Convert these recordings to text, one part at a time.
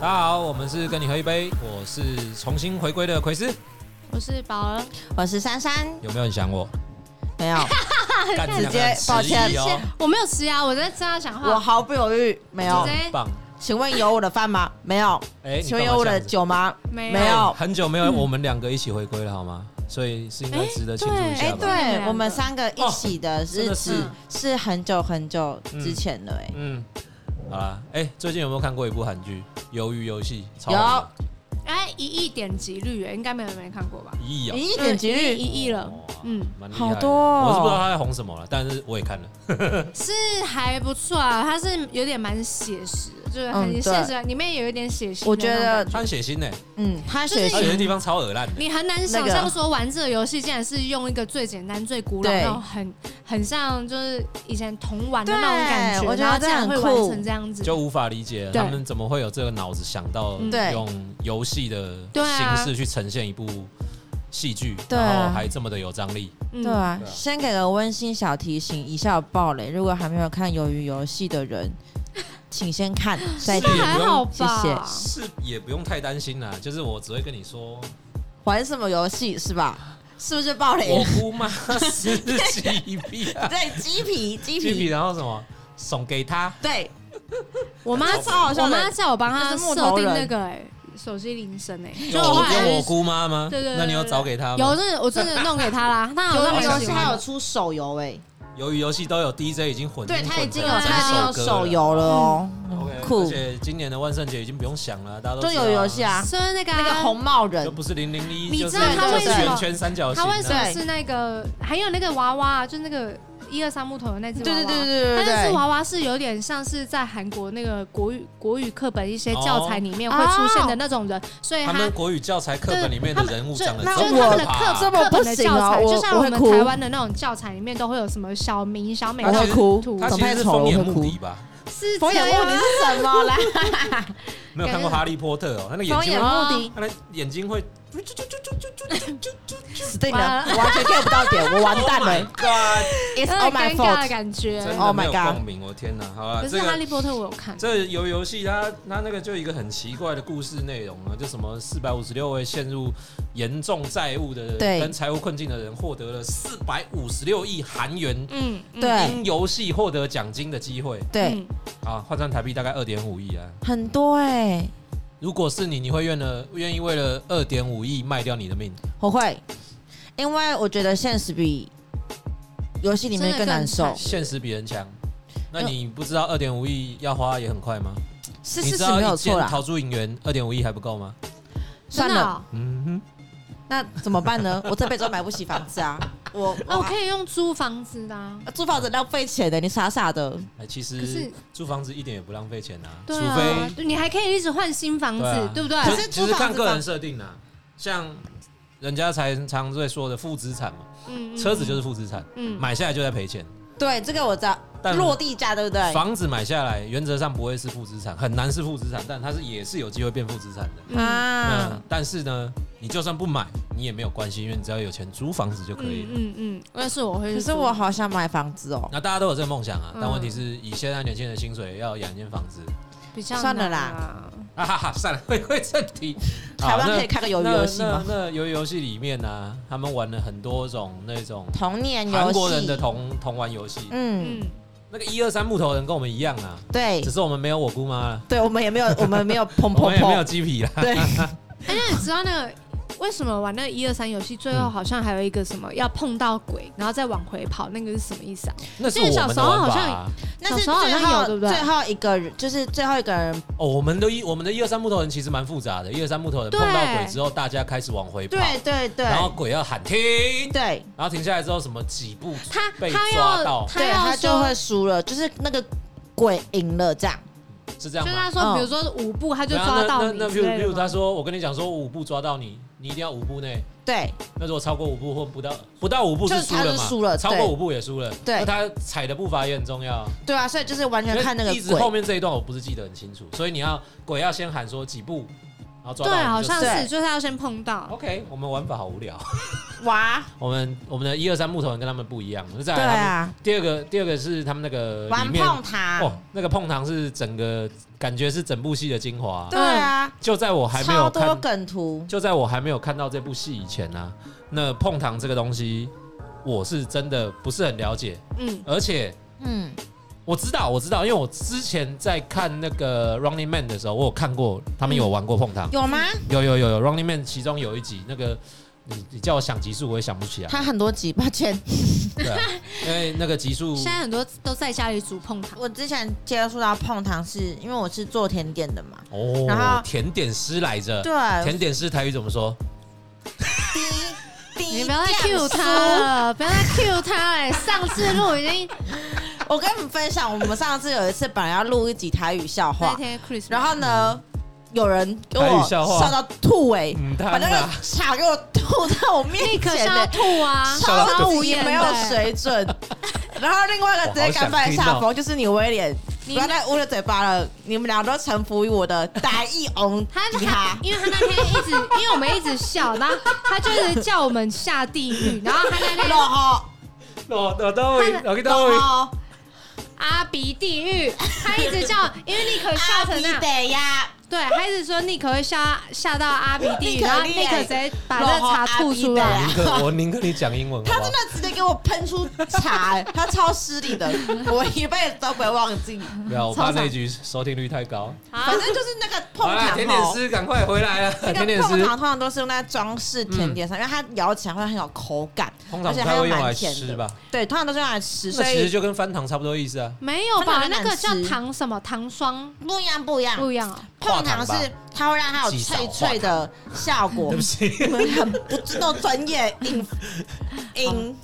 大家好，我们是跟你喝一杯，我是重新回归的奎斯，我是宝儿，我是珊珊，有没有很想我？没有，干直接啊抱歉你两个很迟疑哦我没有吃啊，我在正要讲我话，毫不犹豫，没有直。接棒！请问有我的饭吗？没有。哎，请问有我的酒酒吗？没有没有。哎嗯很久没有我们两个一起回归了，好吗？所以是应该值得庆祝一哎下哎，吧？对我们三个一起的日真子的是很久很久之前了，哎，嗯，好啦，哎，最近有没有看过一部韩剧《鱿鱼游戏》？超有好哎一亿点击率哎耶，应该没有人没看过吧？看一亿哦，一点击一率，亿了哇，嗯，蛮厉害的好多哦我是不知道他在红什么了，但是我也看了。是还不错啊，它是有点蛮写实，就是嗯很对现实，里面有一点写实的那种感。我觉得他很血腥呢，嗯，他血就他有些型地方超恶烂的。你很难想象说玩这个游戏竟然是用一个最简单、最古老、对那种很很像就是以前童玩的那种感对觉，我觉得然后竟然这会很玩酷成这样子，就无法理解对他们怎么会有这个脑子想到嗯对用游戏的对啊形式去呈现一部戏剧，对啊然后还这么的有张力。嗯对啊对，啊先给个温馨小提醒，以下有暴雷，如果还没有看《鱿鱼游戏》的人，请先看再听那。还好谢吧？是也不用太担心啦，就是我只会跟你说，玩什么游戏是吧？是不是暴雷我了？姑妈是鸡皮啊， 对，鸡皮， 鸡鸡皮，皮，然后什么送给他，对，我妈这超好笑我的妈叫我帮她就是木设头定人那个哎手机铃声哎，用就我后我用来我姑妈吗？对对对那你有找给他有吗？真的我真的弄给她 啦，她好像鱿鱼蛮游喜戏欢它有的。出手游哎、鱿鱼游戏都有 DJ 已经混，对，它已经有整它已经有首歌手游了哦， OK，而酷，且今年的万圣节已经不用想了，大家都就知道有游戏，啊，是那个啊那个红帽就人，不是零零一，你就是知道他为就是什么圆圈三角形她啊，为什么对是那个？还有那个娃娃，就那个一二三木头的那只对娃对娃。对对对它那对只对，娃娃是有点像是在韩国那个国语国语课本一些哦教材里面会出现的那种哦人，所以他他们国语教材课本里面的人物就长得那这就是么他可们的怕课这么课本的不行教啊材，我就像我们我会哭台湾的那种教材里面都会有什么小明、小美我会哭图，他长其太实是丑了枫我眼会目哭敌吧？是冯这眼样啊目你吗啊是什 么来？没有看过《哈利波特》哦，那个眼冯睛眼会，目敌，他的眼睛会死定完了，我完全 get 不到点，我完蛋了 God，Oh 有，It's all 点尴尬 my 的 fault，感觉。真的 Oh 没 my 有 God 共鸣，我天哪！好了，可这是哈利个波特我有看，这游游戏它它那个就一个很奇怪的故事内容啊，就什么四百五十六位陷入严重债务的人对跟财务困境的人获得了四百五十六亿韩元嗯，嗯对因游戏获得奖金的机会对，，啊，换算台币大概二点五亿啊。很多哎、如果是你，你会愿了愿意为了二点五亿卖掉你的命？我会，因为我觉得现实比游戏里面真的更更难受惨，现实比人强。那你不知道二点五亿要花也很快吗？是你知事实道没有一错件啦逃。出影园二点五亿还不够吗？真算的了，哦嗯那怎么办 呢？我这辈子都买不起房子啊！我啊，我我可以用租房子的啊。租房子浪费钱的，你傻傻的。哼，哎，其可是实租房子一点也不浪费钱啊，对除啊非，你还可以一直换新房子啊，对不对？其可实是其租实房看子个人设定啊，像人家才常在说的负资产嘛，嗯车子就是负资产，嗯买下来就在赔钱。对，这个我知道，但落地价对不对？房子买下来原则上不会是负资产，很难是负资产，但它是也是有机会变负资产的。啊，嗯啊，，但是呢，你就算不买，你也没有关系，因为你只要有钱租房子就可以了。嗯嗯，但是我会可去租，是我好想买房子哦。那大家都有这个梦想啊，但嗯问题是以现在年轻人的薪水要养一间房子，比较算了啦难啊。啊哈哈，算了，回归正题。台湾好可以开个那鱿鱼游戏吗？那那那游游戏里面呢、他们玩了很多种那种童年游韩戏，国人的童童玩游戏，嗯，嗯，那个一二三木头人跟我们一样啊，对只是我们没有我姑妈了，对，我们 也没有，我们没有砰我们砰也没有砰，鸡 皮了。 对，哎，那你知嗯道那个为什么玩那个一二三游戏，最后好像还有一个什么要碰到鬼，然后再往回跑，那个是什么意思啊？那是因为我小们时的候玩好法像啊、那是小时候好最像有后对不对最后一个人，就是最后一个人，哦，我们的一我们的一二三木头人其实蛮复杂的，一二三木头人碰到对鬼之后，大家开始往回跑，对对对然后鬼要喊停，对然后停下来之后什么几步他被他抓要到，对，要他就说会输了，就是那个鬼赢了这样。是这样就吗他？说，嗯比如说五步，他就然后抓到那你那那之譬如类譬的如他吗。说，我跟你讲说五步抓到你，你一定要五步内。对那如果超过五步或不到不到五步是输了就是他嘛？是输了对超过五步也输了。对那他踩的步伐也很重要。对啊，所以就是完全看那个因为一直鬼后。面这一段我不是记得很清楚，所以你要鬼要先喊说几步，然哦后抓到对，啊我们好就像死是就是要先碰到， OK，我们玩法好无聊。 哇，我们我们的一二三木头人跟他们不一样，就在对他们啊，第二个第二个是他们那个里玩面碰糖，哦，那个碰糖是整个感觉是整部戏的精华。对啊，就在我哦还没超有多看，梗图，就在我还没有看到这部戏以前呢、啊，那碰糖这个东西我是真的不是很了解，嗯，而且嗯，我知道我知道，因为我之前在看那个 Running Man 的时候，我有看过他们嗯有玩过碰糖，有吗？有有有有 Running Man 其中有一集那个。你你叫我想集数，我也想不起 来。它很多集，抱歉，对、啊，因为那个集数啊现在很多都在家里煮碰糖，我之前接触到碰糖是因为我是做甜点的嘛，哦，然后甜点师来着，对，呃啊甜点师台语怎么说？你不要再 Q 他了，不要再 Q 他哎、上次录已经我跟你们分享，我们上次有一次本来要录一集台语笑那 话，天 Chris，然后呢，有人给台我语笑话笑到吐哎、嗯，他把那个茶给我吐在我立面刻前想欸要吐啊，笑到超吐无级言没有的水准。然后另外一个直接甘拜下风，就是你威廉，不你要再捂着嘴巴了，你们俩都臣服于我的 大义 翁他底他哈，。因为他那天 一直，因为我们一直笑，然后他就一直叫我们下地 狱，然后他在那落边后，我我到位，我到位落，后，阿鼻地狱，他一直叫，因为尼可笑阿成比那样，得呀，对，他一直说尼可会吓吓到阿鼻地狱，尼可然后厉尼害可直接把那茶吐出落后阿来鼻，宁可我宁可你讲英文好他不真好的？直接给我喷出茶、欸，他超失礼 的，我一辈子都不会忘记。不要，我怕超那一局收听率太高。好反，正就是那个碰好啦，糖甜点哦，师赶快回来了，那甜个点碰师糖通常都是用在装饰甜点上，因为它咬起来会很有口感，通而常不且太它又会用来蛮甜吃的。吧？对，通常都是用来吃，那所其实以就跟翻糖差不多意 思啊。没有吧？他哪那有个难吃叫糖什么糖霜不一样，不一样。不一样哦，碰糖是它会让它有脆脆的效果对不。起，你们很不知道专业， 赢赢赢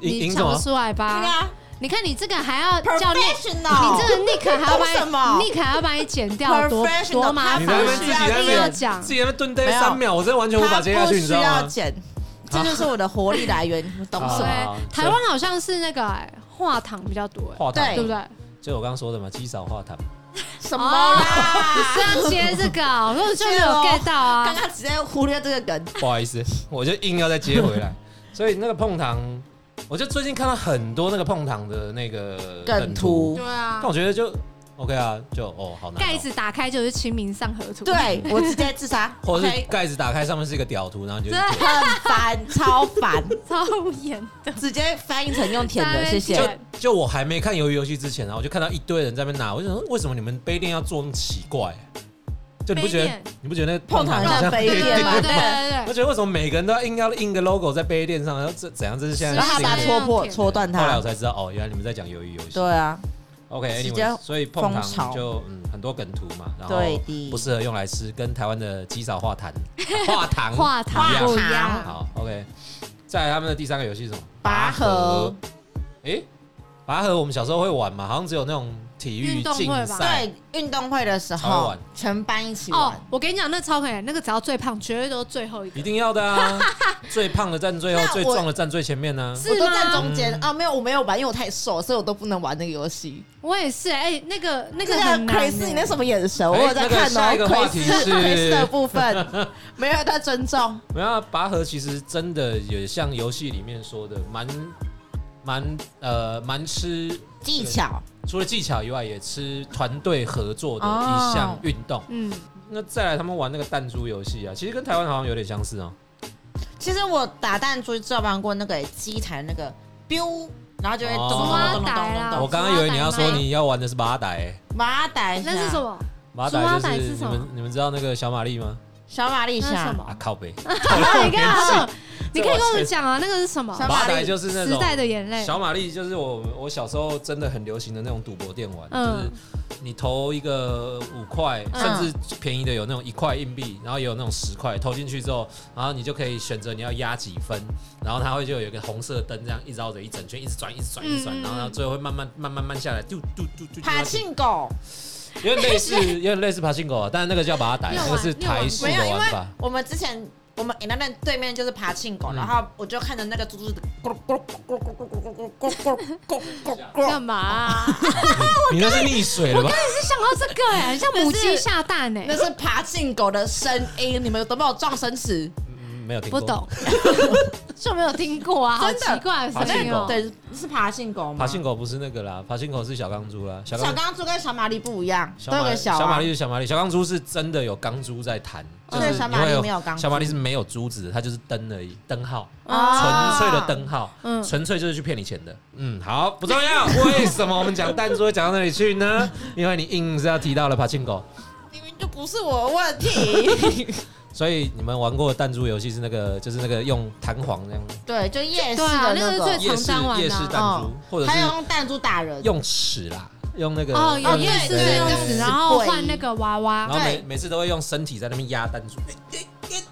你赢什想不么？出来对吧？啊你看你这个还要叫你。 ，professional，你这个 Nick 还要懂什把么 Nick 还要把你剪掉，多 Professional，多麻他你烦在那不边自！己啊需在要那硬要边讲自己在那边蹲呆没有三秒，我真的完全无法接下去，不你需知道要吗？剪，这就是我的活力 来源，你懂什么？啊对，台湾好像是那个哎化糖比较多，哎化糖，对对不对？就我刚刚说的嘛，积少化糖。什么啦？是要接这个啊，我说我就没是有哦 get 到 刚啊。刚直接忽略这个梗， 不好意思，我就硬要再接回 来。所以那个碰糖，我就最近看到很多那个碰糖的那个梗，图。啊但我觉得就 OK 啊，就哦好难、盖哦。子打开就是《清明上河图》， 对我直接自杀，或者是 OK 盖子打开上面是一个屌图，然后你就真的很 烦，超烦，超无言的。直接翻译成用舔在那的，边谢谢。舔就就我还没看鱿鱼游戏之前啊，我就看到一堆人在那边拿，我就想说为什么你们杯垫要做那么奇怪、啊就你不觉杯得垫你不觉得那碰糖糖好像像杯对对垫嘛对对对对我对，觉得为什么每个人都要硬要印个 logo 在杯垫上？然后这怎样？这是现在然的后他新把它闻戳破、戳断后来它我。才知道哦，原来你们在讲鱿鱼游戏。对啊，直接 OK，anyway，、所以碰风潮糖就嗯很多梗图嘛，然后对的不适合用来吃，跟台湾的鸡少化 痰化糖化糖一样不一化样糖。好，OK。再来他们的第三个游戏是什么？拔河。诶、拔河我们小时候会玩嘛，好像只有那种体育运动会竞吧赛。对，运动会的时超候玩全班一起哦玩，，我跟你讲，那超可怜，那个只要最胖，绝对都是最后一一个。定要的 啊！最胖的站最后那，我最壮的站最前面啊呢、是我都在吗中间嗯啊，没有，我没有玩，因为我太瘦，所以我都不能玩那个游戏。我也是，哎，那个那那个个很难欸 Chris，你那什么眼神？我有在哎那看个下一哦个话题 Chris 是 Chris 的 部分，没有在尊重。没有啊、拔河其实真的也像游戏里面说的，蛮蛮呃蛮吃技巧除了技巧以外，也吃团队合作的哦一项运动。嗯，那再来，他们玩那个弹珠游戏啊，其实跟台湾好像有点相似哦。其实我打弹珠只有玩过那个机台那个 biu，然后就会咚咚哦咚咚咚哦我咚刚刚以为你要说你要玩的是马仔、欸，咚，马打啊那是什？么？马竹马仔仔就是是什你么们你们知道那个小玛丽吗？小马力那是什侠，啊么？靠 背，你 看啊，你可以跟我们讲啊，那个是什么？小马玛仔丽就是那时代种的眼泪。小玛丽，就是我我小时候真的很流行的那种赌博店玩，就嗯是你投一个五块，嗯甚至便宜的有那种一块硬币，然后也有那种十块，投进去之后，然后你就可以选择你要压几分，然后它会就有一个红色灯这样一直绕着一整圈，一直转，一直转，一直转，嗯嗯然后它最后会慢慢慢慢慢下来，嘟嘟嘟嘟，爬进进狗。有点类似，有点类似爬行狗啊，但是那个叫把它逮，你有那玩个是台式没有，的因玩为法。我们之前我们欸那那对面就是爬庆狗，嗯然后我就看着那个猪猪的咕噜咕噜咕噜咕 噜咕噜咕噜咕噜咕噜咕噜咕噜咕噜咕噜，干嘛啊？你那是溺水了吧？是想要这个哎、很像母鸡下蛋哎、那是爬进狗的声音， 你们有懂没有撞生词？嗯没有听过。不懂， 就没有听过啊，好真的奇怪的爬声行音狗哦。对，是爬进狗吗？爬行狗不是那个啦，爬行狗是小钢珠啦，小小钢钢珠跟小玛丽不一样，都有马个小啊哦小玛丽是小玛丽，小钢珠是真的有钢珠在弹，就对是小你玛丽会没有钢珠小玛丽是没有珠子的，它就是灯而已，灯号，啊纯粹的灯号，嗯纯粹就是去骗你钱的。嗯，好，不重要。为什么我们讲弹珠会讲到那里去 呢？因为你硬是要提到了爬行狗，明明就不是我的 问题。所以你们玩过的弹珠游戏是那个，就是那个用弹簧这样，对，就夜市对啊的那个是最个，夜常市常玩的啊夜市弹珠嗯，或者还是有用弹珠打人。用尺啦，用那个哦，有哦夜市对是用对纸，对然后换那个娃然娃。后每对哦每次都会用身体在那边压弹珠，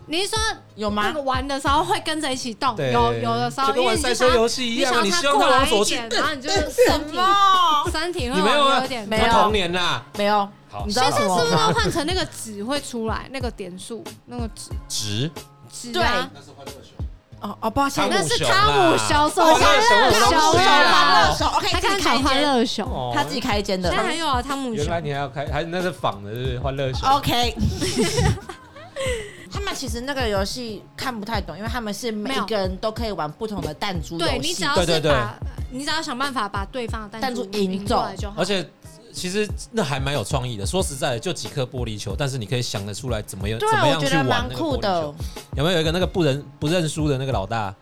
你是说有那吗个？玩的时候会跟着一起动？对有有的时候，就跟因为玩你就赛想车要游戏一样，啊你你想希要望过他往来一左去，点，然后你就什身体么？身体 会你没有往啊有点没他有童年啦，没有好，你知现道在什是么不是吗要？换成那个纸会出来，那个点数，那个纸直纸啊？哦哦，抱歉汤，那姆是熊汤啦哦姆熊手欢乐上熊小手上啦啦乐手，OK，他自刚己才开欢间，乐熊，哦他自己开间的现在还有啊，汤姆原熊来你还要开，还是那是仿的，是不是？欢乐熊。 ，OK。他们其实那个游戏看不太懂，因为他们是每没有一个人都可以玩不同的弹珠对游你只戏。要对是对对把，你只要想办法把对方的弹弹珠珠赢过走来就好而。且其实那还蛮有创意的。说实在的，就几颗玻璃球，但是你可以想得出来怎么样对啊怎么，我样觉去得玩蛮那个酷玻璃的球。。有没有一个那个不认不认输的那个老大，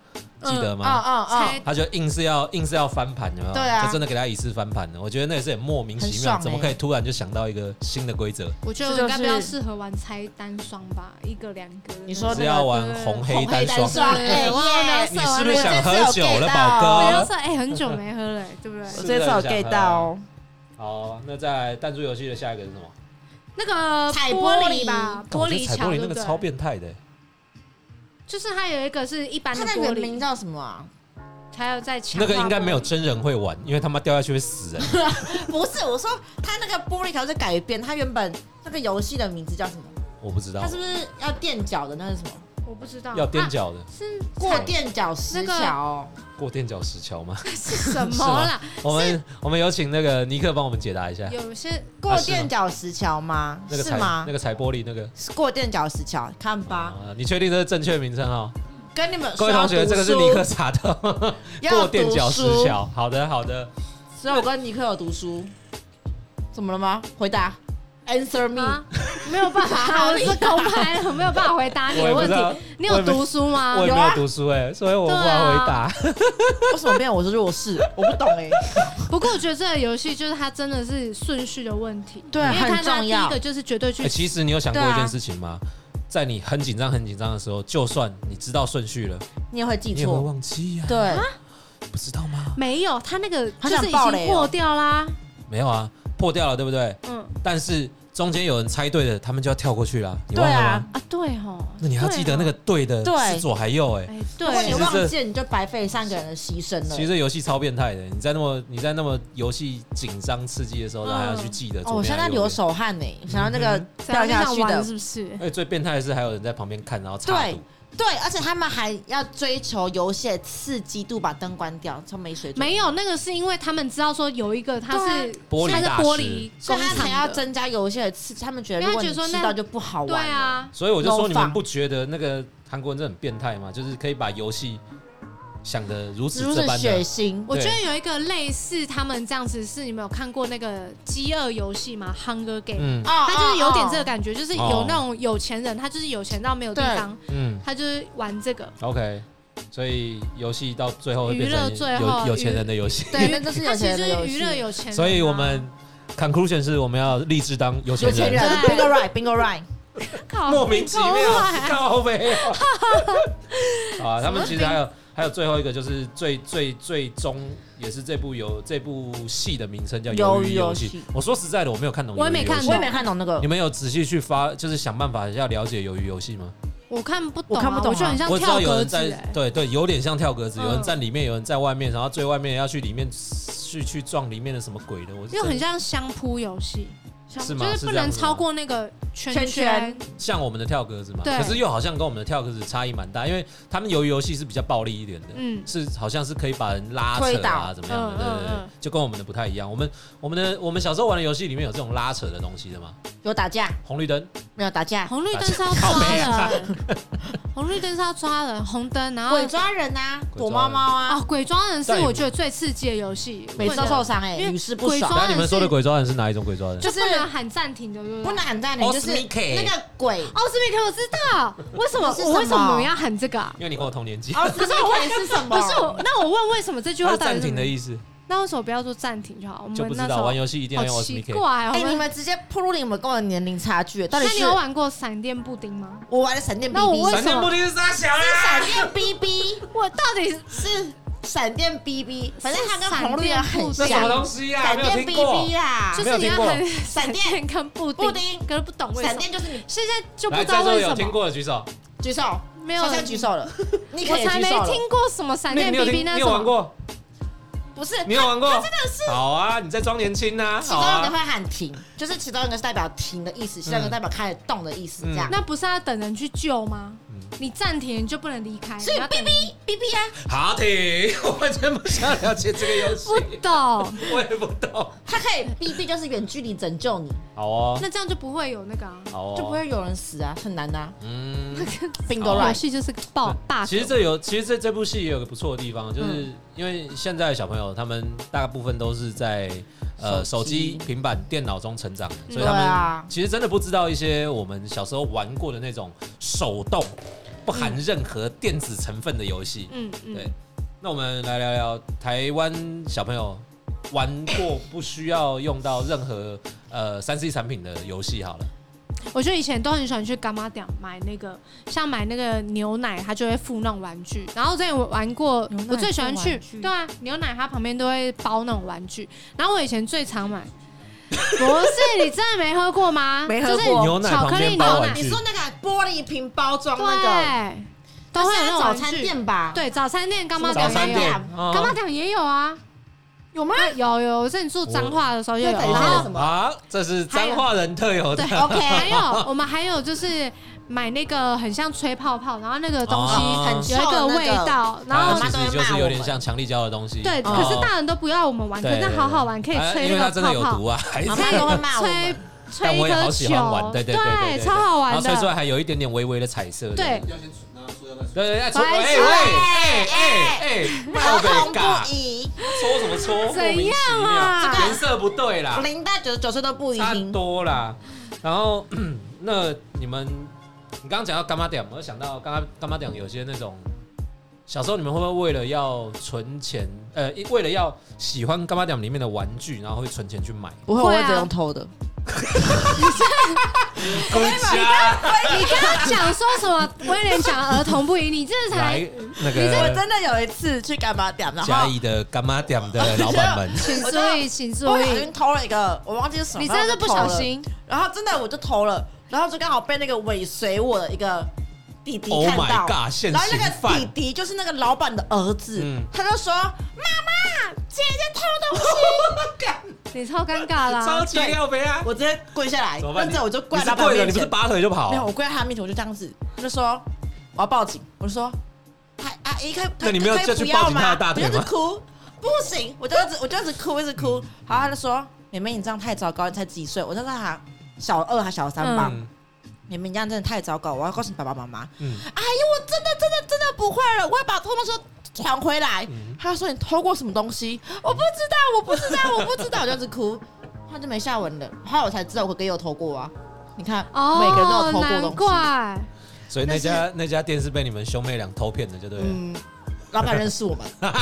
记得嗯吗？嗯嗯，猜他就硬是要硬是要翻盘，有没有？对啊就真的给他一次翻盘的。我觉得那也是很莫名其很妙，爽怎么欸可以突然就想到一个新的规则？我觉得这我应就该比较是适合玩猜单双吧，一个两个的那种。你说是要玩红黑单双。双哎哎耶耶！你是不是想喝酒了，宝我哥就？说哎，很久没喝了，哎对不对？我这次有 get 到哦，好，那在弹珠游戏的下一个是什么？那个踩玻玻璃璃吧，哦我玻觉得璃踩玻桥璃对那不个对？超变态的欸，就是它有一个是一般他的的玻原名璃，叫什么 啊？还有在墙那个应该没有画玻璃真人会玩，因为他妈掉下去会 死人。不是，我说他那个玻璃条是改变，他原本那个游戏的名字叫什么？我不知道他，是不是要垫脚的那是什么？我不知道要踮啊脚的，是过垫脚石桥哦，过踮脚石桥 吗？ 是什么啦？我们我们有请那个尼克帮我们解答一下，有些过垫脚石桥吗？那个是踩吗那？个踩玻璃那个。是过垫脚石桥，看吧，啊，你确定这是正确名称哦？跟你们各位同学，这个是尼克查的 过垫脚石桥，桥。好的，好的。所以我跟尼克有读书，怎么了吗？回答，answer me。啊，没有办法， 好是公开了，没有办法回答你的我也问不知道题。你有读书吗？我也 有没啊有读书哎，所以我无法回答。为什么变我是弱势？我不懂哎。不过我觉得这个游戏就是它真的是顺序的问题， 对啊因为它很重要第一个就是绝对去哎，其实你有想过对一啊件事情吗？在你很紧张、很紧张的时候，就算你知道顺序了，你也会记你也会错，忘记呀，对，不知道吗？没有，它那个好就想是已爆经雷哦破掉啦。没有啊，破掉了，对不对？嗯但是中间有人猜对了，他们就要跳过去了，你忘了对吗啊？啊，对哦，那你要记得那对个哦，对的对是左还右哎、哎，如果你其实对，忘这记，你就白费三个人的牺牲了。其实这游戏超变态的，你在那么你在那么游戏紧张刺激的时候，嗯都还要去记得哦，左我边现在还是流右边。手汗呢，想到那个怎样掉你下想去的玩是，不是？而且哎最变态的是，还有人在旁边看，然后插对赌。对，而且他们还要追求游戏的刺激度，把灯关掉，超没水准。没有，那个是因为他们知道说有一个它是对啊它是玻玻璃璃所工以他才厂要的，增加游戏的刺，他们觉得因为如他果觉你得说知那道就不好对玩了。啊，所以我就说，楼你房们不觉得那个韩国人真的很变态吗？就是可以把游戏想的如此植入这是般血的。腥，我觉得有一个类似他们这样子，是你们有看过那个饥饿游戏吗？Hunger Game，、嗯哦它就是有点这个个，感觉，就是有哦那种有钱人，他就是有钱到没有地对方，嗯他就是玩这个。 ，OK。所以游戏到最后会娱变乐成最后有有钱人的游戏。 对，那就是他有其钱实就人的游是戏娱乐有钱人啊、所以我们 conclusion 是我们要立志当有钱有钱人。人对，bingo right，bingo right，靠莫名其妙好坏，靠没 有。啊，他们其实还有还有最后一个，就是最最最终也是这部游这部戏的名称叫《鱿鱼游鱿戏鱼游》戏。我说实在的，我没有看懂，我也没看懂我也没看懂那个 你，们有仔细去发，就是想办法要了解鱿鱼游戏吗？我看不懂、啊，我看不懂啊我觉得很像我知道跳有格人子、在欸，对对，有点像跳格子，嗯有人在里面，有人在外面，然后最外面要去里面去去撞里面的什么鬼的，我是真又的很像相扑游戏，像是吗就是是不这样能子吗超过那个圈圈圈像我们的跳格子嘛，对可是又好像跟我们的跳格子差异蛮大，因为他们由于游戏是比较暴力一点的，嗯是好像是可以把人拉扯推啊倒怎么样的，嗯对对对嗯嗯，就跟我们的不太一样。我们我们的我们小时候玩的游戏里面有这种拉扯的东西的吗？有打架红绿哦灯，没有打架？红绿灯是要抓啊人，红绿灯是要抓人，红灯然后鬼抓人啊，鬼抓人躲猫猫啊，哦，鬼抓人是但也我觉得最刺激的游戏，每次都受伤哎，因为屡试不鬼爽抓。啊那你们说的鬼抓人是哪一种鬼抓人？就就是不能喊暂停的，对哦对不能。喊暂哦停，就是，Sneaky 那个鬼奥斯密克我知道，为什么这是什么我为什么要喊这个啊？因为你跟我同年纪，哦，可是我也是什么？不是我，那我问为什么这句它话是到底暂是什停么的意思，那为什么不要做暂停就好？我们就不知那时道候玩游戏一定要用好 S 奇 M K。怪，哎、我你们们直接暴露了你们跟我的年龄差距，到底那是你有玩过闪电布丁吗？我玩的闪电 BB，那我为什闪么电布丁是大小啊啦，闪电 BB 我到底是是闪电 BB，反正它跟闪电红绿灯很那布丁什么像，东西啊？闪没有电啊听过 BB。啦，就没有是你听要过喊闪电跟布布丁可是不懂为什闪么。电啊就是你现在就不来，知在道座为有什听么，过的举手。举手，没有肖像人举，手了，你我可以才举没手了，听过什么闪你电你有 BB 听？那你种。有玩过？不是，你有 玩过？真的是。好啊，你在装年轻呐。其好中一个啊会。喊停，就是其中一个是代表停的意思，其中一个代表开始动的意思，这样。那不是要等人去救吗嗯？你暂停你就不能离开，所以你要 B 等 B B B 啊，好停！ 我完全不想了解这个游不戏，懂，我也不懂。它可以 B B 就是远距离拯救你，好哦，那这样就不会有那 个啊。好哦，就不会有人死啊，很难的、啊。嗯。 Bingo 好 right 游戏就是个 bug bug。其实这有，其实这这部戏也有个不错的地方，嗯就是因为现在的小朋友他们大部分都是在呃手手机机、平板、电脑中成长的，所以对他们啊，其实真的不知道一些我们小时候玩过的那种手动不含任何电子成分的游戏。嗯对嗯，，那我们来聊聊台湾小朋友玩过不需要用到任何呃三 C 产品的游戏好了。我就以前都很喜欢去干妈店买那个，像买那个牛奶，它就会附那种玩具。然后之前我玩过牛奶，我最喜欢附去玩具，对啊，牛奶它旁边都会包那种玩具。然后我以前最常 买，不是你真的没喝过吗？没喝过就是牛奶巧克旁力边牛包玩奶具，你说那个玻璃瓶包装那个，对，都会有是那种早玩餐具。店吧？，对，早餐店干妈早早店餐也店有，啊干干妈店也有啊。有吗那有有，我之前住彰化的时候就有。我那等一下然后是什么啊？这是彰化人特有的 对 OK 还有我们还有就是买那个很像吹泡泡，然后那个东西哦很臭有一的个那味道，然它后妈其都会实就骂是我有点们像强力胶的东西。对，哦可是大人都不要我们玩，可对是那好好玩，可以哎吹因为那它个真的泡有毒泡，啊，还是 妈可妈以都会骂我吹们。但吹我一也好颗喜球，欢玩，对对对超好然玩后吹出来的。还有一点点微微的彩色。对对要先拿塑料袋对对，哎戳哎哎喂哎哎哎，儿冒的童嘎不，宜，戳什么戳？怎莫名其样啊妙，颜色不对啦。零到九十九岁都不宜差听。多啦。然后 那你们，你刚刚讲到干妈点，我就想到刚刚干妈点有些那种，小时候你们会不会为了要存钱，呃，一为了要喜欢干妈点里面的玩具，然后会存钱去买？不会，我会啊会直接用偷的。公家你刚刚讲说什么？威廉讲儿童不宜，你这才来那我个真的有一次去干嘛点，然啊嘉后义的干妈点的老板 们，请注意，请注我不小意心，偷了一个，我忘记是什么，你真的是不小然后我就偷了，心。然后真的我就偷了，然后就刚好被那个尾随我的一个弟弟 Oh 看 my 到 god，现然后那行个犯弟弟就是那个老板的儿子，嗯他就说：“妈妈，姐姐偷 东西。干你超尴尬啦、超级料杯啊”！我直接跪下来，怎么办？跟着我就跪你在是老板跪着，面你不是前。拔腿就跑啊没？有，我跪在他面前，我就这样子，他就说我要报警，我就说阿阿姨可以，那你没有可以就去不要抱紧他的吗大腿吗嗯我就一直哭，不行，我就一直我就一直哭，一直哭。然后他就说妹妹你这样太糟糕，你才几岁？我那时候还小二还小三吧。嗯妹妹你这样真的太糟糕，我要告诉你爸爸妈妈。嗯阿姨，哎我真的真的真的不会了，我会把偷东西都还回来。嗯他就说你偷过什么东西？我不知道，我不知道，我不知道，我就一直哭，他就没下文了。后来我才知道我哥也有偷过啊。你看，哦，每个人都有偷过难东西。怪所以那家那家店是被你们兄妹俩偷骗的，就对了。嗯，老板认识我们，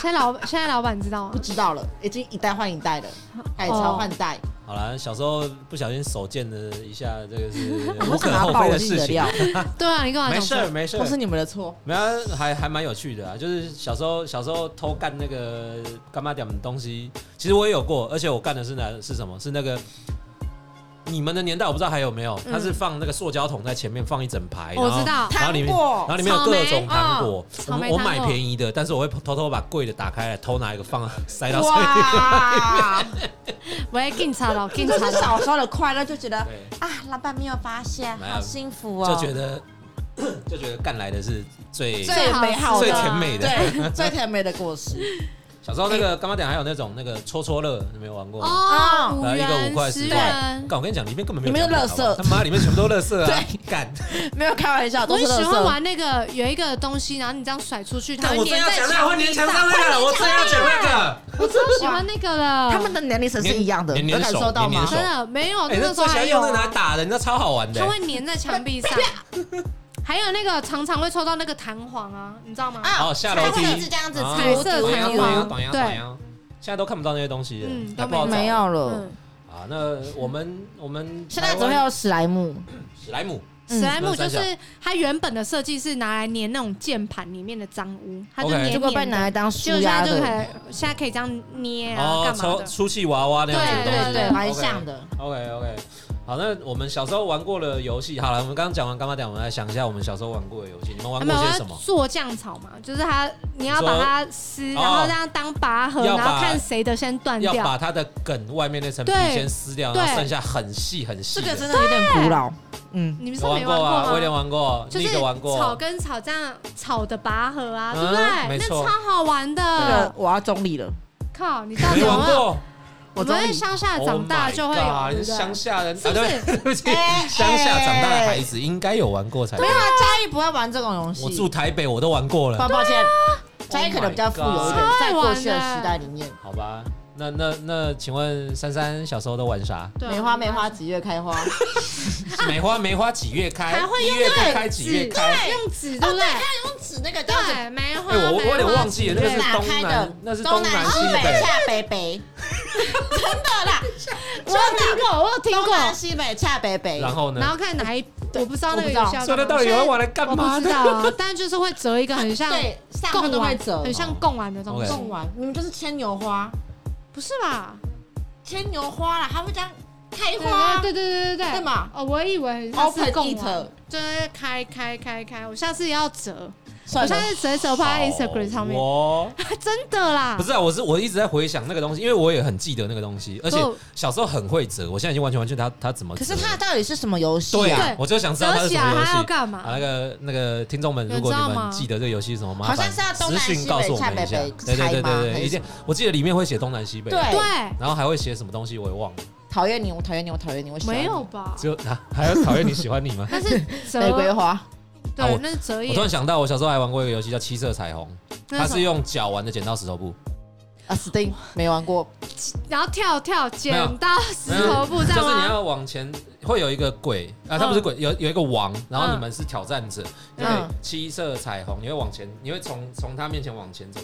现在老现在老板知道吗不？知道了，已经一代换一代了，改朝换代。好啦，小时候不小心手贱了一下，这个是无为什哦可么要厚爆非我的自己事的情料。？ 对啊，你干嘛没讲事这儿样？没事都是儿，你们的错。没有啊还还蛮有趣的啊。就是小时候小时候偷干那个干妈点的东西，其实我也有过，而且我干的是哪是什么？是那个你们的年代我不知道还有没有，嗯它是放那个塑胶桶在前面放一整排，我然后知道然后里面糖果然后里面有各种糖果，我草们莓哦我草莓买糖果便宜的，但是我会偷偷把柜的打开来偷拿一个放塞到水里。哇，喂，警察 佬，警这察 就是佬，小时候的快乐，就觉得对啊，老板没有发现，没有好幸福哦，就觉得就觉得干来的是最最美好的、最甜美的对，最甜美的果实。小时候那个干妈店还有那种那个戳戳乐，你没有玩过吗？哦，五来呃一个五块元、十十块，元，干我跟你讲，里面根本没有里面奖有品垃圾好不好他妈里面全部都垃圾啊！干，没有开玩笑，我都很是喜垃欢圾。玩那个有一个东西，然后你这样甩出去，它干会我真粘要在讲那个，我粘墙上那个，我真要讲那个。我超喜欢那个了。他们的年龄层是一样的，黏有黏感受到黏黏吗手？真的没有，哎，那那个时最候喜还欢有用那拿来打人，那超好玩的它。会粘在墙壁上，还有那个常常会抽到那个弹簧啊，你知道吗？哦，下楼他会一梯直，这样子啊彩搓色搓弹短簧腰搓短腰短腰对短腰，现在都看不到那些东西了嗯，还都不好没找没有了，嗯，啊。那我们我们现在台只会湾有史莱姆，史莱姆，史莱姆就嗯是它原本的设计是拿来粘那种键盘里面的脏污，它就 OK 粘结果被粘拿的来。当就书现压在就可的，以，现在可以这样捏啊，哦，干嘛抽的？出气娃娃那样子的对东对西，对蛮 OK 像的。 OK OK，好，那我们小时候玩过的游戏，好了，我们刚刚讲完干嘛讲，我们来想一下我们小时候玩过的游戏，你们玩啊过没有些要什么？做酱草嘛，就是它你要你说把它撕，哦然后这样当拔河，要然把后看谁的先断要掉。把它的梗外面那层皮对先撕掉，然后对剩下很细很细这的。个真的有点古老，嗯，你们是有没玩过啊，威过廉吗？玩过，就那是个玩过，啊草跟草这样草的拔河啊，对不嗯没对？那错超好玩这个的。我要中立了，靠，你到没底有玩没有？过。我我中们在立。乡下长大就会 Oh my 有， god，对不乡对？下人，是不啊是？对对不起，哎乡下长大的孩子应该有玩过才没哎有啊，嘉义不会玩这种游戏。我住台北，我都玩过了啊抱。抱歉，嘉 Oh 义 my 可能比较富有一点 God，在过去的时代里面，好吧，那那那，请问珊珊小时候都玩啥？ 对啊梅花梅花，几月开花？梅花梅花几月开？还会一用月不对开几纸月开？用纸啊 对不对？哦用纸那个叫什么？对，梅花。哎、我我有梅点花忘记了，那个纸是打东开的南，那是东东南南西西北北。恰北北，真的 啦，我有听过，我有听东过。南西北恰北北然。后呢然？后看哪一，我不知道那个我不知道有效。所以那到底有人玩来干我嘛不知的？道啊， 但就是会折一个很像对，上面贡都会丸，折很，像贡丸的东 OK 西，送完你们就是牵牛花，不是吧？牵牛花啦，它会这样开对花，啊对对对对对对嘛哦，我以为它是 Open 贡 it 丸，就是开开开开，我下次也要折，我算下了，次折一折发在 Instagram 上面，我 真的啦哦不。是啊，我是我一直在回想那个东西，因为我也很记得那个东西，而且所以我小时候很会折，我现在已经完全忘记它它怎么折可了。是它到底是什么游戏对啊？啊对，我就想知道它折是起什来么游它要戏。干啊，嘛那？个那个听众们，有如果知道你们吗记得这个游戏是什么，麻好像烦是要东私南讯西告诉北我恰们北一下北。对对对对猜吗对，还是一定我记得里面会写东南西北，对对，然后还会写什么东西我也忘了，讨厌你，我讨厌你，我讨厌你，我喜欢你没有吧？只有啊还要讨厌你喜欢你 ？吗那是折玫，瑰花，啊我对，那是折我页突，然想到，我小时候还玩过一个游戏叫七色彩虹，那它什是么用脚玩的剪刀石头布。啊，Sting 没玩 过，然后跳跳剪没有刀石头布这样就是你吗？要往前，会有一个鬼啊，它不是鬼，有有一个王，然后你们是挑战者，对不对嗯七色彩虹，你会往前，你会从从他面前往前走，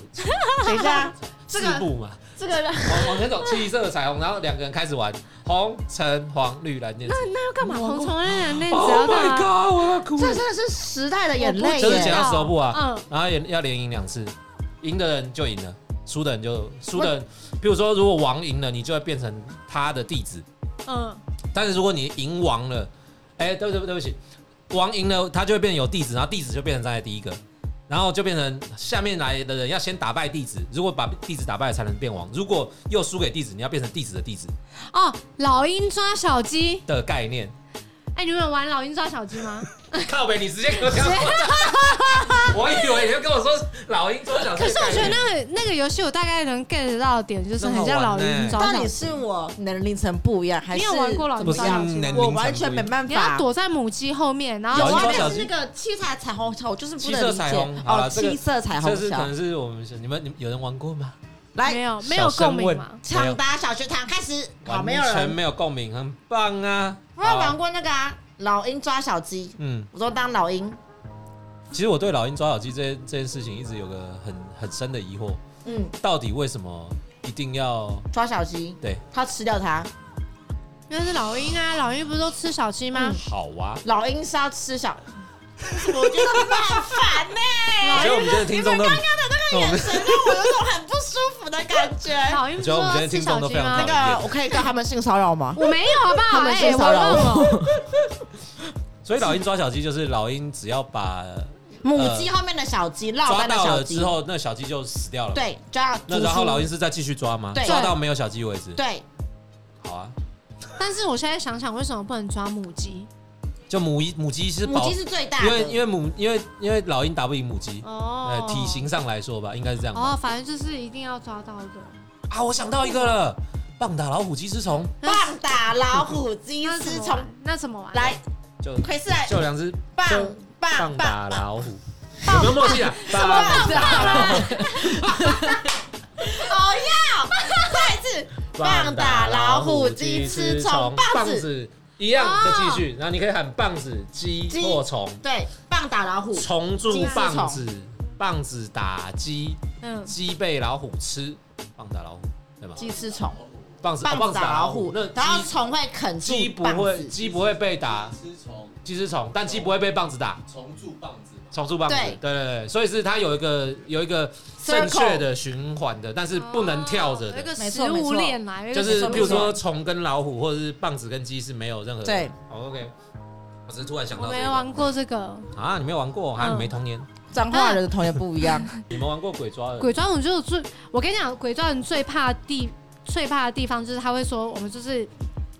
等一下，四这个步嘛，这个往往前走，七色彩虹，然后两个人开始玩红、橙、黄、绿、蓝、靛、紫。那要干嘛？我红虫那那只 Oh 要干 my 嘛？ god！我要哭这了。真的是时代的眼泪就我不是知剪道刀耶！石头布啊嗯，然后也要连赢两次，赢的人就赢了，输的人就输的人，比如说如果王赢了，你就会变成他的弟子，嗯，但是如果你赢王了，哎、对不对？对不起，王赢了，他就会变成有弟子，然后弟子就变成站在第一个，然后就变成下面来的人要先打败弟子，如果把弟子打败了才能变王，如果又输给弟子，你要变成弟子的弟子哦，老鹰抓小鸡，的概念。哎、你们有玩老鹰抓小鸡吗？靠北，你直接给我讲，我以为你要跟我说老鹰捉小可是我觉得那个那个游戏，我大概能 get 到的点，就是很像老鹰抓到小底鸡。是我年龄层不一样，还是你有玩过老鹰不抓是小鸡吗？能我完全没办你要法。躲在母鸡后面，然后老有鹰啊，抓小但鸡是那个七彩彩虹桥，我就是不七能色理彩解虹好哦了，这个七色彩这虹是可桥能。是我们你们你们有人玩过吗？没来，有哦没有共鸣嘛？抢答小学堂开始，好，没有完全人。没有共鸣，很棒啊！我有玩好，过那个啊，老鹰抓小鸡，嗯。我都当老鹰。其实我对老鹰抓小鸡这件这件事情一直有个很很深的疑惑，嗯，到底为什么一定要抓小鸡，对他吃掉它。因为是老鹰啊，老鹰不是都吃小鸡吗？好啊？老鹰是要吃小，我觉得很烦呢。 哦我觉得我们今天的听众都很，眼神让我有种很不舒服的感觉。好，因为我觉得我们今天听众都非常那讨厌个，我可以告他们性骚扰吗？我没有好不好？他们哎性我骚扰忘了所以老鹰抓小鸡就是老鹰，只要把母鸡后面的小鸡，落呃抓单的到小了鸡之，后，那小鸡就死掉了。，对，抓那然后老鹰是再继续抓吗？对抓到没有小鸡为止。对，好啊，但是我现在想想，为什么不能抓母鸡？就母一母鸡是母保鸡，是最大因为因的，为母因为因为老鹰打不赢母鸡，呃哦，，体型上来说吧，应该是这样吧。哦，反正就是一定要抓到 一个。啊，我想到一个了，棒打老虎鸡吃虫，棒打老虎鸡那吃是虫从，那怎么玩？来，就奎斯来就两只棒就棒棒打棒棒，老虎，有没有默契啊？棒棒打老虎，哦要，再一次棒打老虎鸡吃虫，棒棒子子一样哦再继续，然后你可以喊棒子鸡鸡或虫，对，棒打老虎，虫住鸡吃棒虫子，棒子打鸡，嗯，鸡被老虎吃，棒打老虎对吗？鸡吃虫，棒子哦棒子打老虎，那然后鸡虫会啃住鸡不棒会子，鸡不会被打吃虫鸡吃虫，但鸡不会被棒子打。虫蛀棒子嘛，重塑棒子，对对对对，所以是它有一个有一个正确的循环的，但是不能跳着哦有一的，个食物链来，就有一是个譬如说虫跟老虎或者是棒子跟鸡是没有任何的对。好 OK，我只是突然想我到这没个玩过这个啊，你没有玩过啊，嗯你没童年，脏话人的童年不一样，你们玩过鬼抓人？鬼抓人，就是最我跟你讲，鬼抓人最怕的地最怕的地方就是他会说我们就是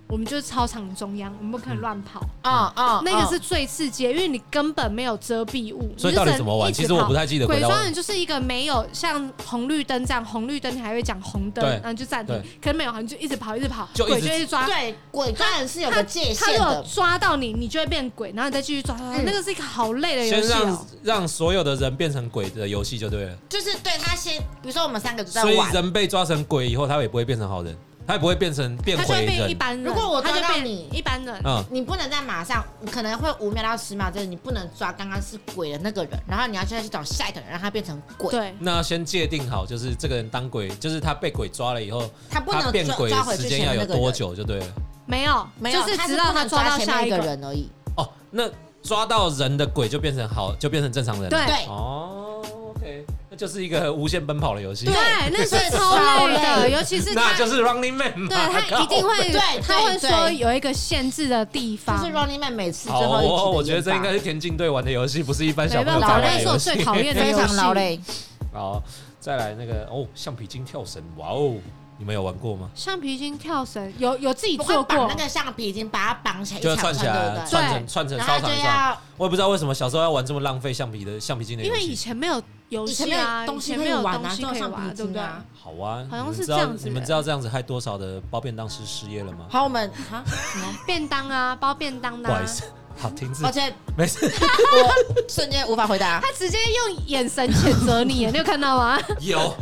我们就是操场中央，我们不可以乱跑，啊哦啊，那个是最刺激的，因为你根本没有遮蔽物，所以你到底就只能怎么玩？一直其实我跑不太记得鬼鬼抓抓人人就是一个没有像红绿灯这样，红绿灯你还会讲红灯对，然后你就暂停对。可是没有，你就一直跑，一直跑，就一直鬼就一直抓。对鬼抓人是有个界他限如果的，抓到你，你就会变鬼，然后你再继续抓。抓抓嗯那个是一个好累的游先戏让哦。让所有的人变成鬼的游戏就对了，就是对他先，比如说我们三个就在所以玩，人被抓成鬼以后，他也不会变成好人，他也不会变成变他就回会变一人，般人。如果我他抓就到变你一般人，嗯，你不能在马上，你可能会五秒到十秒之内，你不能抓刚刚是鬼的那个人，然后你要再去找下一个人，让他变成鬼，对，那先界定好，就是这个人当鬼，就是他被鬼抓了以后，他不他能变抓鬼抓的回时之间前要的有那个多人？久就对了。没有，没有，就是他直到不能抓到前下面一一个个。人而已。哦，那抓到人的鬼就变成好，就变成正常人了。对对，哦，OK，那就是一个无限奔跑的游戏对，，那是超累的，尤其是那他就，是 Running Man 嘛。对他一定 靠会对，他会对说对有一个限制的地就方。是 Running Man 每次最好，后一集我的我觉得演这应该法是田径队玩的游戏，不是一般小没朋友办在法，玩那的是我游戏。最讨 厌的非游戏。常劳累。 好，再来那个哦，橡皮筋跳绳，哇哦，你们有玩过吗？橡皮筋跳绳有有自己不会做绑过那，个橡皮筋，把它绑起来一就长串串，起对来，不对对？串成串成然超后长就一串。要我也不知道为什么小时候要玩这么浪费橡皮的橡皮筋的因游为以戏。前没有游以前戏没啊，有东以西前可没以有玩东啊，西就可以橡皮玩，对不筋对？啊。好啊，好像你们是知道这样子你们的知道这样子害多少的包便当师失业了吗？好，我们啊什么？便当啊，包便当不的、好意啊，思， 好停止 抱，歉，没事。 我瞬间无法回答。他直接用眼神谴责你耶，你有看到 吗？有，我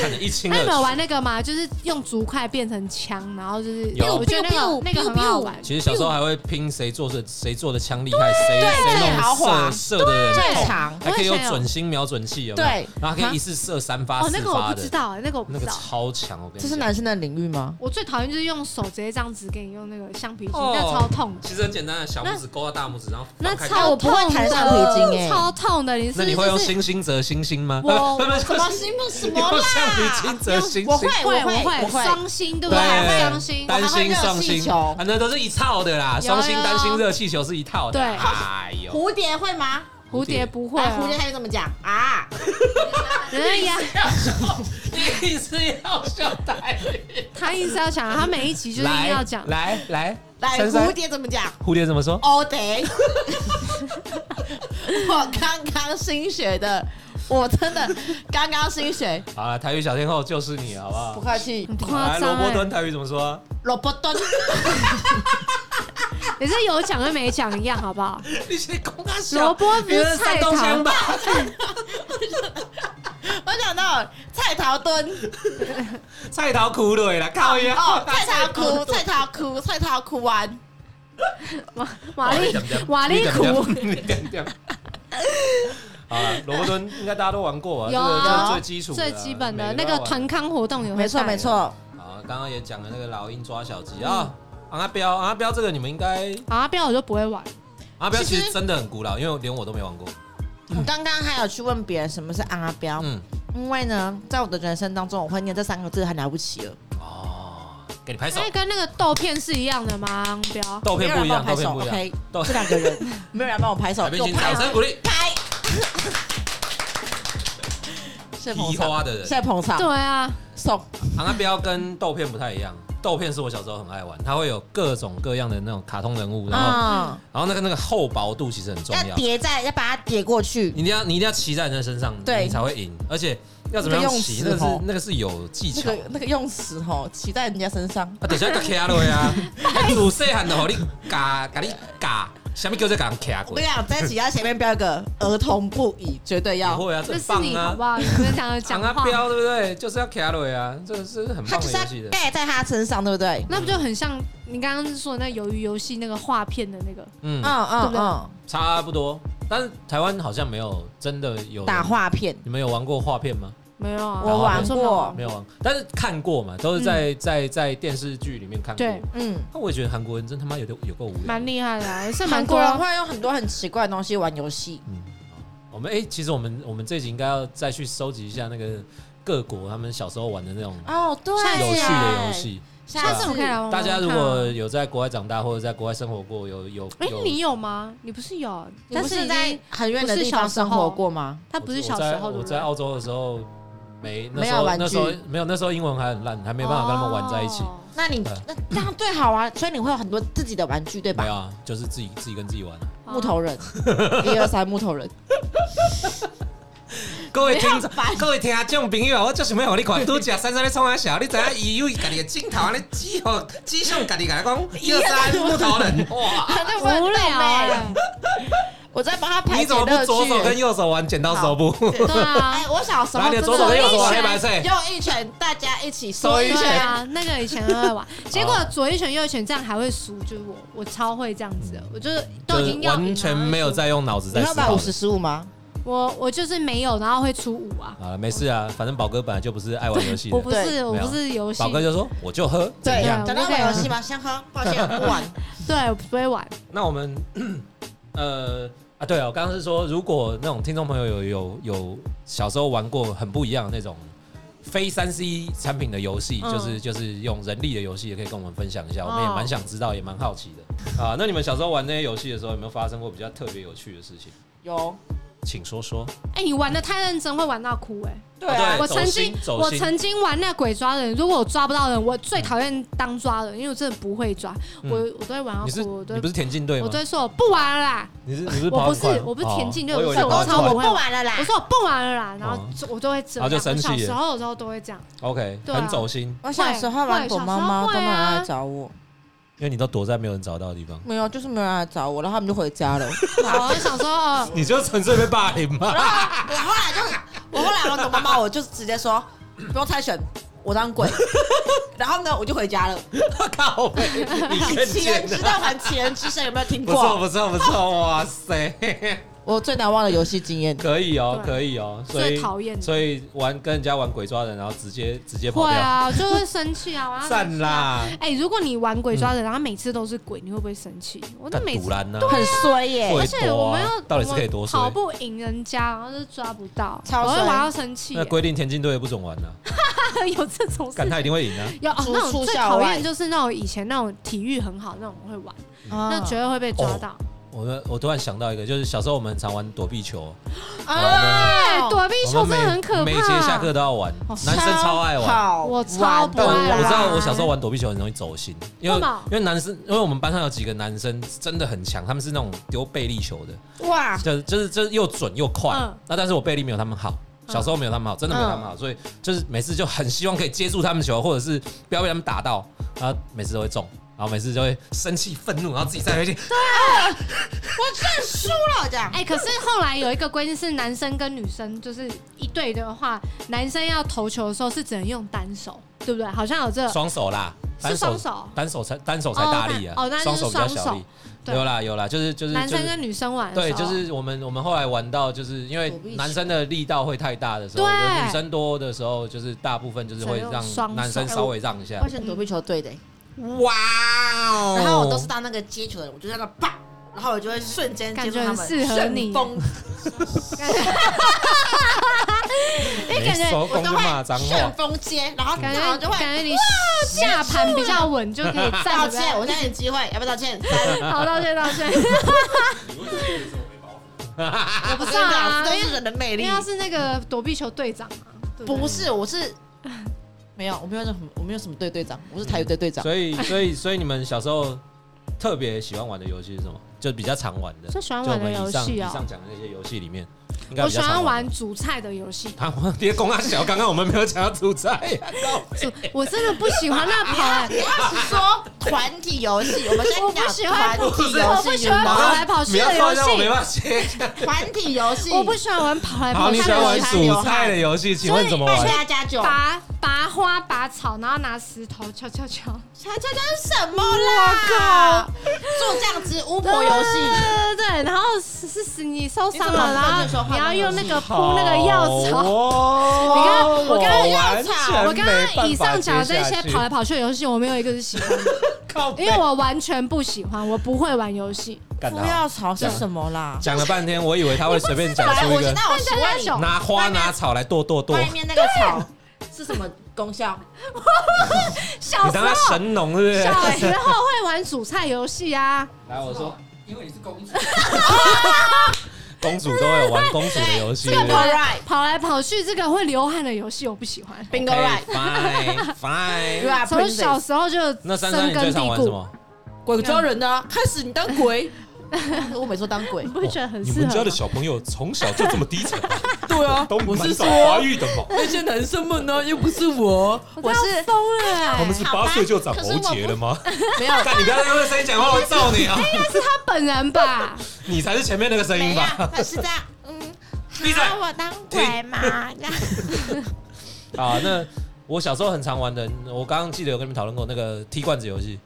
看得一清他有没有二玩楚。那个嘛？就是用竹块变成枪，然后就是，有我觉得那个 pew pew 那个很好玩。其实小时候还会拼谁做的谁做的枪厉害，谁谁最豪弄射华射的人最痛，长，还可以有我以前有准心瞄准器，有没有？对，然后还啊可以一次射三发哦，四那个我发不知的，道，那个我不那个知道。超强，我跟这你是讲。男生的领域吗？我最讨厌就是用手直接这样子给你用那个橡皮筋，哦那超痛的，其实很简单的，小拇指勾到大拇指，然后那放开超我不会痛弹的橡皮筋耶超痛的。你是不那是你会用就是星星折星星吗？我 不不不什么什么什你么用橡啦皮？筋折星我星会。会，我我会，我会会。双星，对不对对？双星，单还会星、热双气星球啊，那都是一套的啦。双星、有有单星、热气球是一套的。对哎呦，蝴蝶会吗？蝴蝶不会哎啊，蝴蝶还是怎么讲啊？哎呀，你是要笑太他一直要讲，他每一集就是硬要讲。来来来，珊珊蝴蝶怎么讲蝴蝶怎么说？ ？All day。我刚刚新学的，我真的刚刚新学，好了，台语小天后就是你，好不好？客气。很夸来，罗张伯哎敦！台语怎么说啊？萝卜蹲，你是有讲跟没讲一样，好不好？你先公他萝卜不你是是菜山东头腔吧？我想到菜桃蹲，菜头苦蕊啦，靠哎呀！ 哦，菜桃哭，菜桃哭，菜桃哭完，瓦瓦力瓦力苦，好了，罗伯敦应该大家都玩过啊，这有个这啊个最基础的啊最基本的每那都要个玩团康活动也会没错带没。错，好，刚刚也讲了那个老鹰抓小鸡啊，阿彪阿彪这个你们应该啊，不然我就不会玩。阿彪啊其其实实真的很古老，因为连我都没玩过。我刚刚还有去问别人什么是阿标，嗯，因为呢，在我的人生当中，我会念这三个字很了不起了。哦，给你拍手那。跟那个豆片是一样的吗？标豆哎没片有不人一帮我样，拍豆片手不一样。 ，OK，豆这两个 人没有人帮我拍手，海给边我请拍啊掌声鼓励拍。谢捧提场，花的人谢。谢捧场对，啊，送昂阿标跟豆片不太一样，豆片是我小时候很爱玩，它会有各种各样的那种卡通人物，然后、啊啊，然后那个那个厚薄度其实很重要要，叠在，要把它叠过去。你一定要你一定要骑在人家身上，对你才会赢，而且要怎么样骑，那那个是个用石头那个是有技那巧的。个那个用词吼，骑在人家身上，啊，等下个卡落 啊，那主细汉的吼，你嘎嘎你嘎，什么叫做人卡我过跟你？讲，在骑在前面标一个儿童不宜，绝对不要。会啊，这这很是棒你好啊不。好？你们想要昂讲阿 话，标对不对？就是要卡落啊，这是很他棒就的是要游戏的。背在他身上，对不对？那不就很像你刚刚说的那鱿鱼游戏那个画片的那个？嗯嗯，嗯对嗯，差不多。但是台湾好像没有真的有打画片，你们有玩过画片吗？没有哦啊，我玩说没有过没有玩，但是看过嘛，都是在、在在电视剧里面看过对。嗯。那我也觉得韩国人真他妈有点有够无聊。蛮厉害的、啊，是蛮韩多国人会用很多很奇怪的东西玩游戏，嗯，好我们哎、其实我们我们这集应该要再去收集一下那个各国他们小时候玩的那种哦，对有趣的游，戏。下次我可以来玩玩大看家啊如果有在国外长大或者在国外生活过，有有哎、有，你有吗？你不是有？啊但你不是已你在经很远的地方生活过吗？他不是我小时候我在的我在澳洲的时候没那没时有候玩具那时候没有那时候英文还很烂，还没办法跟他们玩在一起。哦那你嗯那这样最好啊，所以你会有很多自己的玩具，对没吧？有啊，就是自己自己跟自己玩。哦木 头人，一二三，木头人，各位听众，各位听众朋友，我就是要让你看，拄只珊珊咧创啊笑，你知影伊有家己的镜头，你指吼指向家己甲讲，一二三木头人，哇！那啊无聊哎、我在帮他排你解怎么乐不左手跟趣。右手玩剪刀手部？对啊哎，。我小时候来你的真左的手跟右手啊用一黑拳白色用一拳，大家一起手说一一拳对拳。啊，那个以前都会玩， 结啊果左一拳右一拳这样还会输，就是我，我超会这样子的，我就是都已经要赢啊了完全没有。在用脑子你在要思买考五的十。十五吗？我我就是没有，然后会出五啊，好了，没事啊，反正宝哥本来就不是爱玩游戏我的，不是我不是游戏宝，哥就说我就喝，怎么对，样？讲到玩游戏吗？先喝，抱歉不玩。对，我不会玩。那我们 呃啊，对啊，我刚刚是说，如果那种听众朋友有有有小时候玩过很不一样的那种非三 C 产品的游戏，嗯就是就是用人力的游戏，也可以跟我们分享一下，哦我们也蛮想知道，也蛮好奇的啊。那你们小时候玩那些游戏的时候，有没有发生过比较特别有趣的事情？ 有，请说说。哎、你玩的太认真，会玩到哭哎、对啊哎，我走曾心经走我心曾经玩那鬼抓人，如果我抓不到人，我最讨厌当抓人，因为我真的不会抓，嗯我我都会玩到你是啊哭，我都你会不是田径队我吗都？会说我不玩了啦，你是你是我跑不很快是我不是田径队，哦我以我为是你跑我很超快 不会玩。玩了啦我说我不玩了啦，然后哦就我都会这然后样。就生我气了小时候的时候都会这样， OK，对啊很走心，我小时候玩躲猫猫，会都会没有人啊来找我，因为你都躲在没有人找到的地方，没有，就是没有人来找我，然后他们就回家 了。然后我小时 候呃你就纯粹被霸凌嘛。我后来就，我后来玩躲猫猫，我就直接说不用猜拳，我 当鬼。然后呢，我就回家了。 靠背， 你更奇贱人之的。道还奇人之身，有没有听不错过？不错不错，哇塞，我最难忘的游戏经 验，可以哦、对可以哦、所最以讨厌的所以玩跟人家玩鬼抓人，然后直接直接跑会掉，啊，就会生气啊，玩到生散气啊。啦，嗯哎，如果你玩鬼抓人，然后每次都是鬼，你会不会生气？我就干每堵啊次。拦呢，很衰耶。会而且我多们啊要到底是可以多我衰们跑。步赢人家，然后就抓不到，超我会衰玩到生气耶欸那。规定田径队不准玩了、 有这种事干他一定会赢啊！有哦，逐那种出最校讨外厌就是那种以前那种体育很好那种会玩，那那绝对会被抓到。嗯我我突然想到一个，就是小时候我们很常玩躲避球，哎，躲避我球真们的哦每很可怕。每节下课都要玩，男生哦超爱玩。玩我超不但爱玩啊我我知道我小时候玩躲避球很容易走心，因为为什么因为男生，因为我们班上有几个男生真的很强，他们是那种丢贝利球的，哇，就是就是就是又准又快。啊嗯那但是我背力没有他们好，小时候没有他们好，真的没有他们好，所以就是每次就很希望可以接住他们球，或者是不要被他们打到，然后每次都会中，然后每次就会生气愤怒，然后自己再回去。我真输了这样。哎，可是后来有一个规定是，男生跟女生就是一对的话，男生要投球的时候是只能用单手，对不对？好像有这双手啦，是单手双手单手才单手才大力啊哦那，哦那双就是手比较小力。对有啦有啦，就是就是男就生是跟女生玩的对，时候，就是我们我们后来玩到，就是因为躲避球男生的力道会太大的时候，对就是女生多的时候，就是大部分就是会只能用双手哎让男生稍微让一下我。选躲避球队的，哇哦！然后我都是当那个接球的，我就在那啪，然后我就会瞬间接住他们， 感觉很适合你旋风因为因为没感觉手我工都就骂脏会顺话，风接，然后感然后觉就会感觉你下盘比较稳，就可以站道得比较歉，我现在有机会，要不要道歉？三好，道歉道 歉。我不是是啊啊，这都是人的魅因为力。他是那个躲避球队长嘛，对对不是，我是没有，我没有什么，我没有什么队队长，我是台语队队长。所以所以所以你们小时候特别喜欢玩的游戏是什么？就比较常玩的，最喜欢就我玩的们游以上以戏哦上，讲的那些游戏里面，应该我比喜较欢常 玩的。煮菜的游戏，他我爹公阿小，刚刚我们没有讲到主菜，煮我真的不喜欢那跑 来，你要是说团体游戏，我们我先不喜讲欢团不体是我不游喜戏欢吗？跑来跑去不要的游说让我没戏，办法接。团体游戏，欸我不喜欢玩跑来好，跑你去喜的欢游玩戏，煮菜的游戏，请问怎么玩？加加酒，拔拔花拔草，然后拿石头敲敲敲， 加加酒是什么啦？做酱汁巫婆游戏，对对对，然后是是是你受伤你怎了，么然不能说后话你要用那个铺那个药药草。你看我刚刚药草我刚哎刚以上讲的这些跑来跑去的游戏，哎我没有一个是喜欢的，靠因背，哎为我完全不喜欢，我不会玩 游戏。干不得好要吵是什么啦？讲了半天，我以为他会随便讲来，出 我一个那我请问你，拿花拿草来剁剁剁，外你面那个草是什么功效？小时当他候，神农是不是？小 时候会玩煮菜游戏啊，来，我说因为你是公主，公主都有玩公主的游戏。这个对不跑对 right 跑来跑去这个会流汗的游戏我不喜欢。 bingo right。 Okay, Fine, You fine。 are 从 princess 小时候就那珊珊，深你最根常蒂玩什固，么？鬼抓人的、啊，开始你当鬼，我每次当鬼你，不会觉得很适合吗？小朋友从小就这么低沉，对啊育的嘛？那些男生们呢，又不是我，我是疯了哎！就长喉结了吗？没有， 干，你不要再用那声音讲话，我揍你啊！他本人吧，你才是前面那个声音没有啊吧？，他是这样，嗯，闭嘴好我当鬼嘛，这样 啊，那我小时候很常玩的，我刚刚记得有跟你们讨论过那个踢罐子游戏，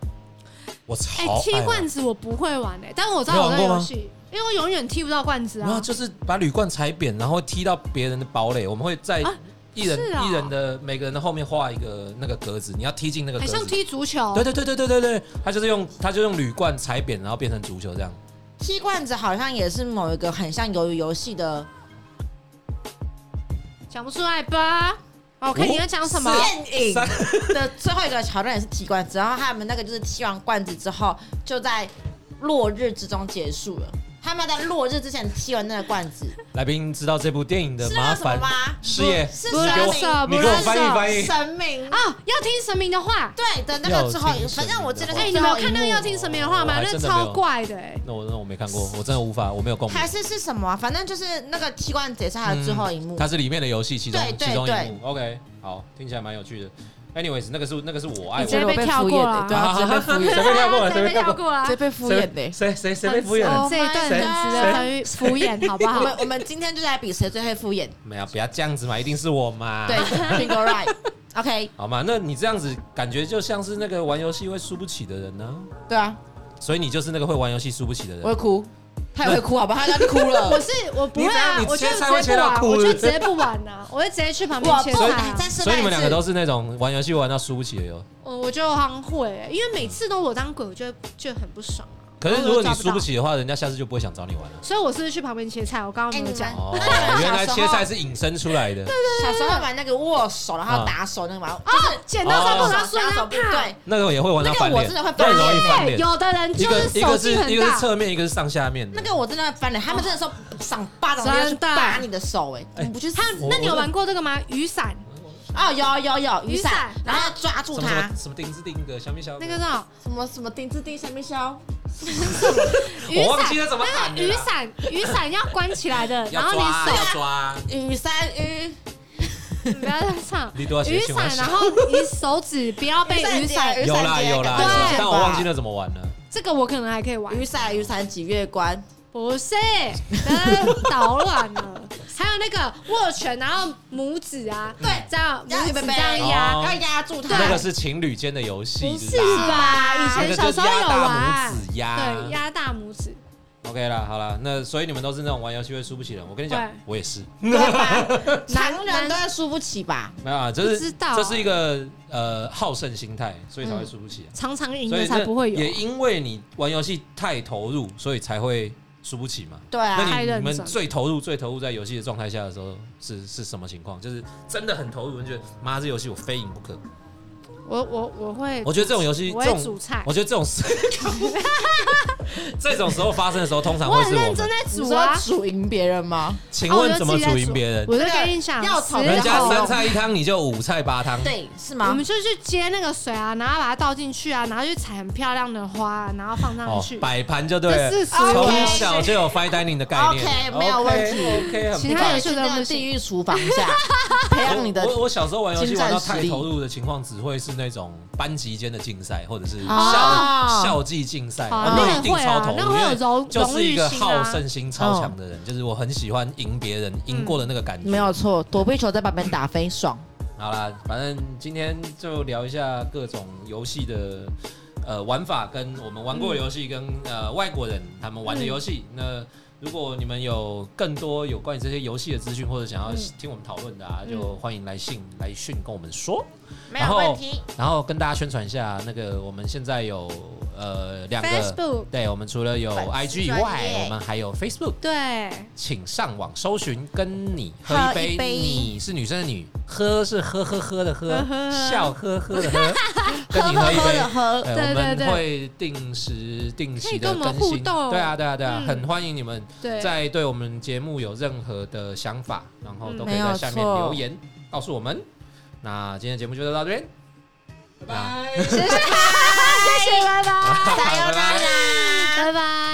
我哎超，踢爱玩罐子我不会玩哎，但我知道我在你有玩过游吗戏，因为我永远踢不到罐子然后啊。就是把铝罐踩扁，然后踢到别人的堡垒。我们会在啊一人、是啊一人的每个人的后面画一个那个格子，你要踢进那个格很子。像踢足球，对对对对对对对，他就是用他就用铝罐踩扁，然后变成足球这样。踢罐子好像也是某一个很像鱿鱼游戏的讲不出来吧？哦，看你要讲什么哦？电影三的最后一个桥段也是踢罐子，然后他们那个就是踢完罐子之后，就在落日之中结束了。他们在落日之前踢完那个罐子，来宾知道这部电影的是那麻个什么烦吗？事业，是啊不认神识啊明，，你不给我认识翻译翻译。神明啊！要听神明的话。对的那个之后要听，神反明的正我记得话哎，是你最们后有一看那个幕要听神明的话我吗？还那真的没有超怪的哎。那我那我没看过，我真的无法，我没有共鸣还。是是什么啊、反正就是那个踢罐子也是还有最后一幕。它嗯是里面的游戏其中对对其中一对幕。OK，好，听起来蛮有趣的。Anyways，那个是那个是我爱你我直接觉得我被被跳敷过衍了的，对啊，直接被敷 衍随便跳过了，随谁便被跳跳过。过啊了直接？被敷谁衍欸的。谁谁谁被敷衍了？这一段很值得翻译敷 衍，好不我们好？啊我们今天就来比谁最会敷衍，没有，不要这样子嘛，一定是我嘛。对，，bingo right。OK，好嘛，那你这样子感觉就像是那个玩游戏会输不起的人呢、对啊，所以你就是那个会玩游戏输不起的人。我会哭，他也会哭，好吧，他刚哭了。 我是我不会啊你，这样你我就切直菜会接切不到玩，哭我就是不直是接不玩呐，我会直接去旁边我切不菜敢啊。再失败一次所以你们两个都是那种玩游戏玩到输不起的哟。我我就好像会欸，因为每次都我当鬼，我就就很不爽啊。可是如果你输不起的话，人家下次就不会想找你玩了。所以我是不是去旁边切菜？我刚刚没有讲哎你。哦那，你们原来小时候切菜是引申出来的。小时候玩那个握手，然后打手那个嘛，就是剪哦刀手布，手他说手他部怕。对，那个也会玩到那翻个我脸，真的会更翻容易翻对，脸。有的人一就个是一手个是劲一很个是大，侧面，一个是上下面的。那个我真的会翻脸，他们真的说赏巴掌，就是打你的手，哎，哎你不去他看我那你有我玩过这个吗？雨伞啊？有有有雨伞雨伞，然后抓住什么他什，么什么钉子钉的小米小，那个叫什么什么丁字丁下面削，雨我忘伞记，了怎么喊那的个雨啦。伞雨伞要关起来的，然 要后你抓手要抓，雨伞雨，你不要再唱你都要学雨青蛙伞，鞋然后你手指不要被雨伞，雨有伞啦节有啦，有对啦吧但我忘记了怎么玩了。这个我可能还可以玩。雨伞雨伞几月关？不是，真捣乱了。还有那个握拳，然后拇指啊，对这样要拇指预备这样哦压，要压住他，那个是情侣间的游戏啦，不是吧？以那前个小就是时候有压大玩拇，指压。对，压大拇指。 OK 啦，好啦，那所以你们都是那种玩游戏会输不起的人。我跟你讲对，我也 是。对吧？男常人都会输不起吧？没有啊，这是不知道啊这是一个呃好胜心态，所以才会输不起啊。嗯常常赢所的以才这不会也有。因为你玩游戏太投入，所以才会输不起嘛。对啊，那太你认你们真最投入、最投入在游戏的状态下的时候是是什么情况？就是真的很投入，你觉得妈这游戏我非赢不可。我我我会，我觉得这种游戏，我这会种煮菜，我觉得这种事， 这种时候发生的时候，通常我会很是我认们真。在你煮说啊。煮赢别人吗？请哦我问就怎么自己在煮赢煮别人？我就跟你讲，要炒的人时家候好三菜一汤，你就五菜八汤。对，是我吗们？就去接那个水啊，然后把它倒进去啊，然后去采很漂亮的花，啊然后放上哦去。，摆盘就对这了。是属于从从我小小就有 fine dining 的概念 OK，没有问题 OK，其很他棒游你戏去都那不个行地狱厨 房下培养你的我我我小时候玩游戏精玩湛到太实力投入的情况，只会是那种班级间的竞赛，或者是校、哦校际竞赛，啊那那一个定会超啊投，那入，个会因有为荣就是荣一誉个心好啊。胜心超强的人，就是我很喜欢赢别人，赢过的那个感觉。没有错，躲避球在旁边打飞爽。好啦，反正今天就聊一下各种游戏的呃玩法，跟我们玩过的游戏，跟、呃外国人他们玩的游戏。嗯那如果你们有更多有关于这些游戏的资讯，或者想嗯要听我们讨论的啊，就欢迎来信来讯跟我们说。没有问题。然后跟大家宣传一下，那个我们现在有呃两个， Facebook 对我们除了有粉丝 IG 以专外，业我们还有 Facebook。对，请上网搜寻“跟你喝一喝杯”，一杯你是女生的女，喝是喝喝喝的喝呵，呵笑呵呵的喝，喝跟你喝喝一喝杯的。喝，呃对我们对对会定时定可期以的跟我们更互新，动对啊对啊对啊，嗯很欢迎你们对，在对我们节目有任何的想法，然后都可以嗯没在有下面错留言告诉我们。那今天的节目就到这边，拜拜，谢谢，拜拜，拜 加拜油，加。油！拜拜。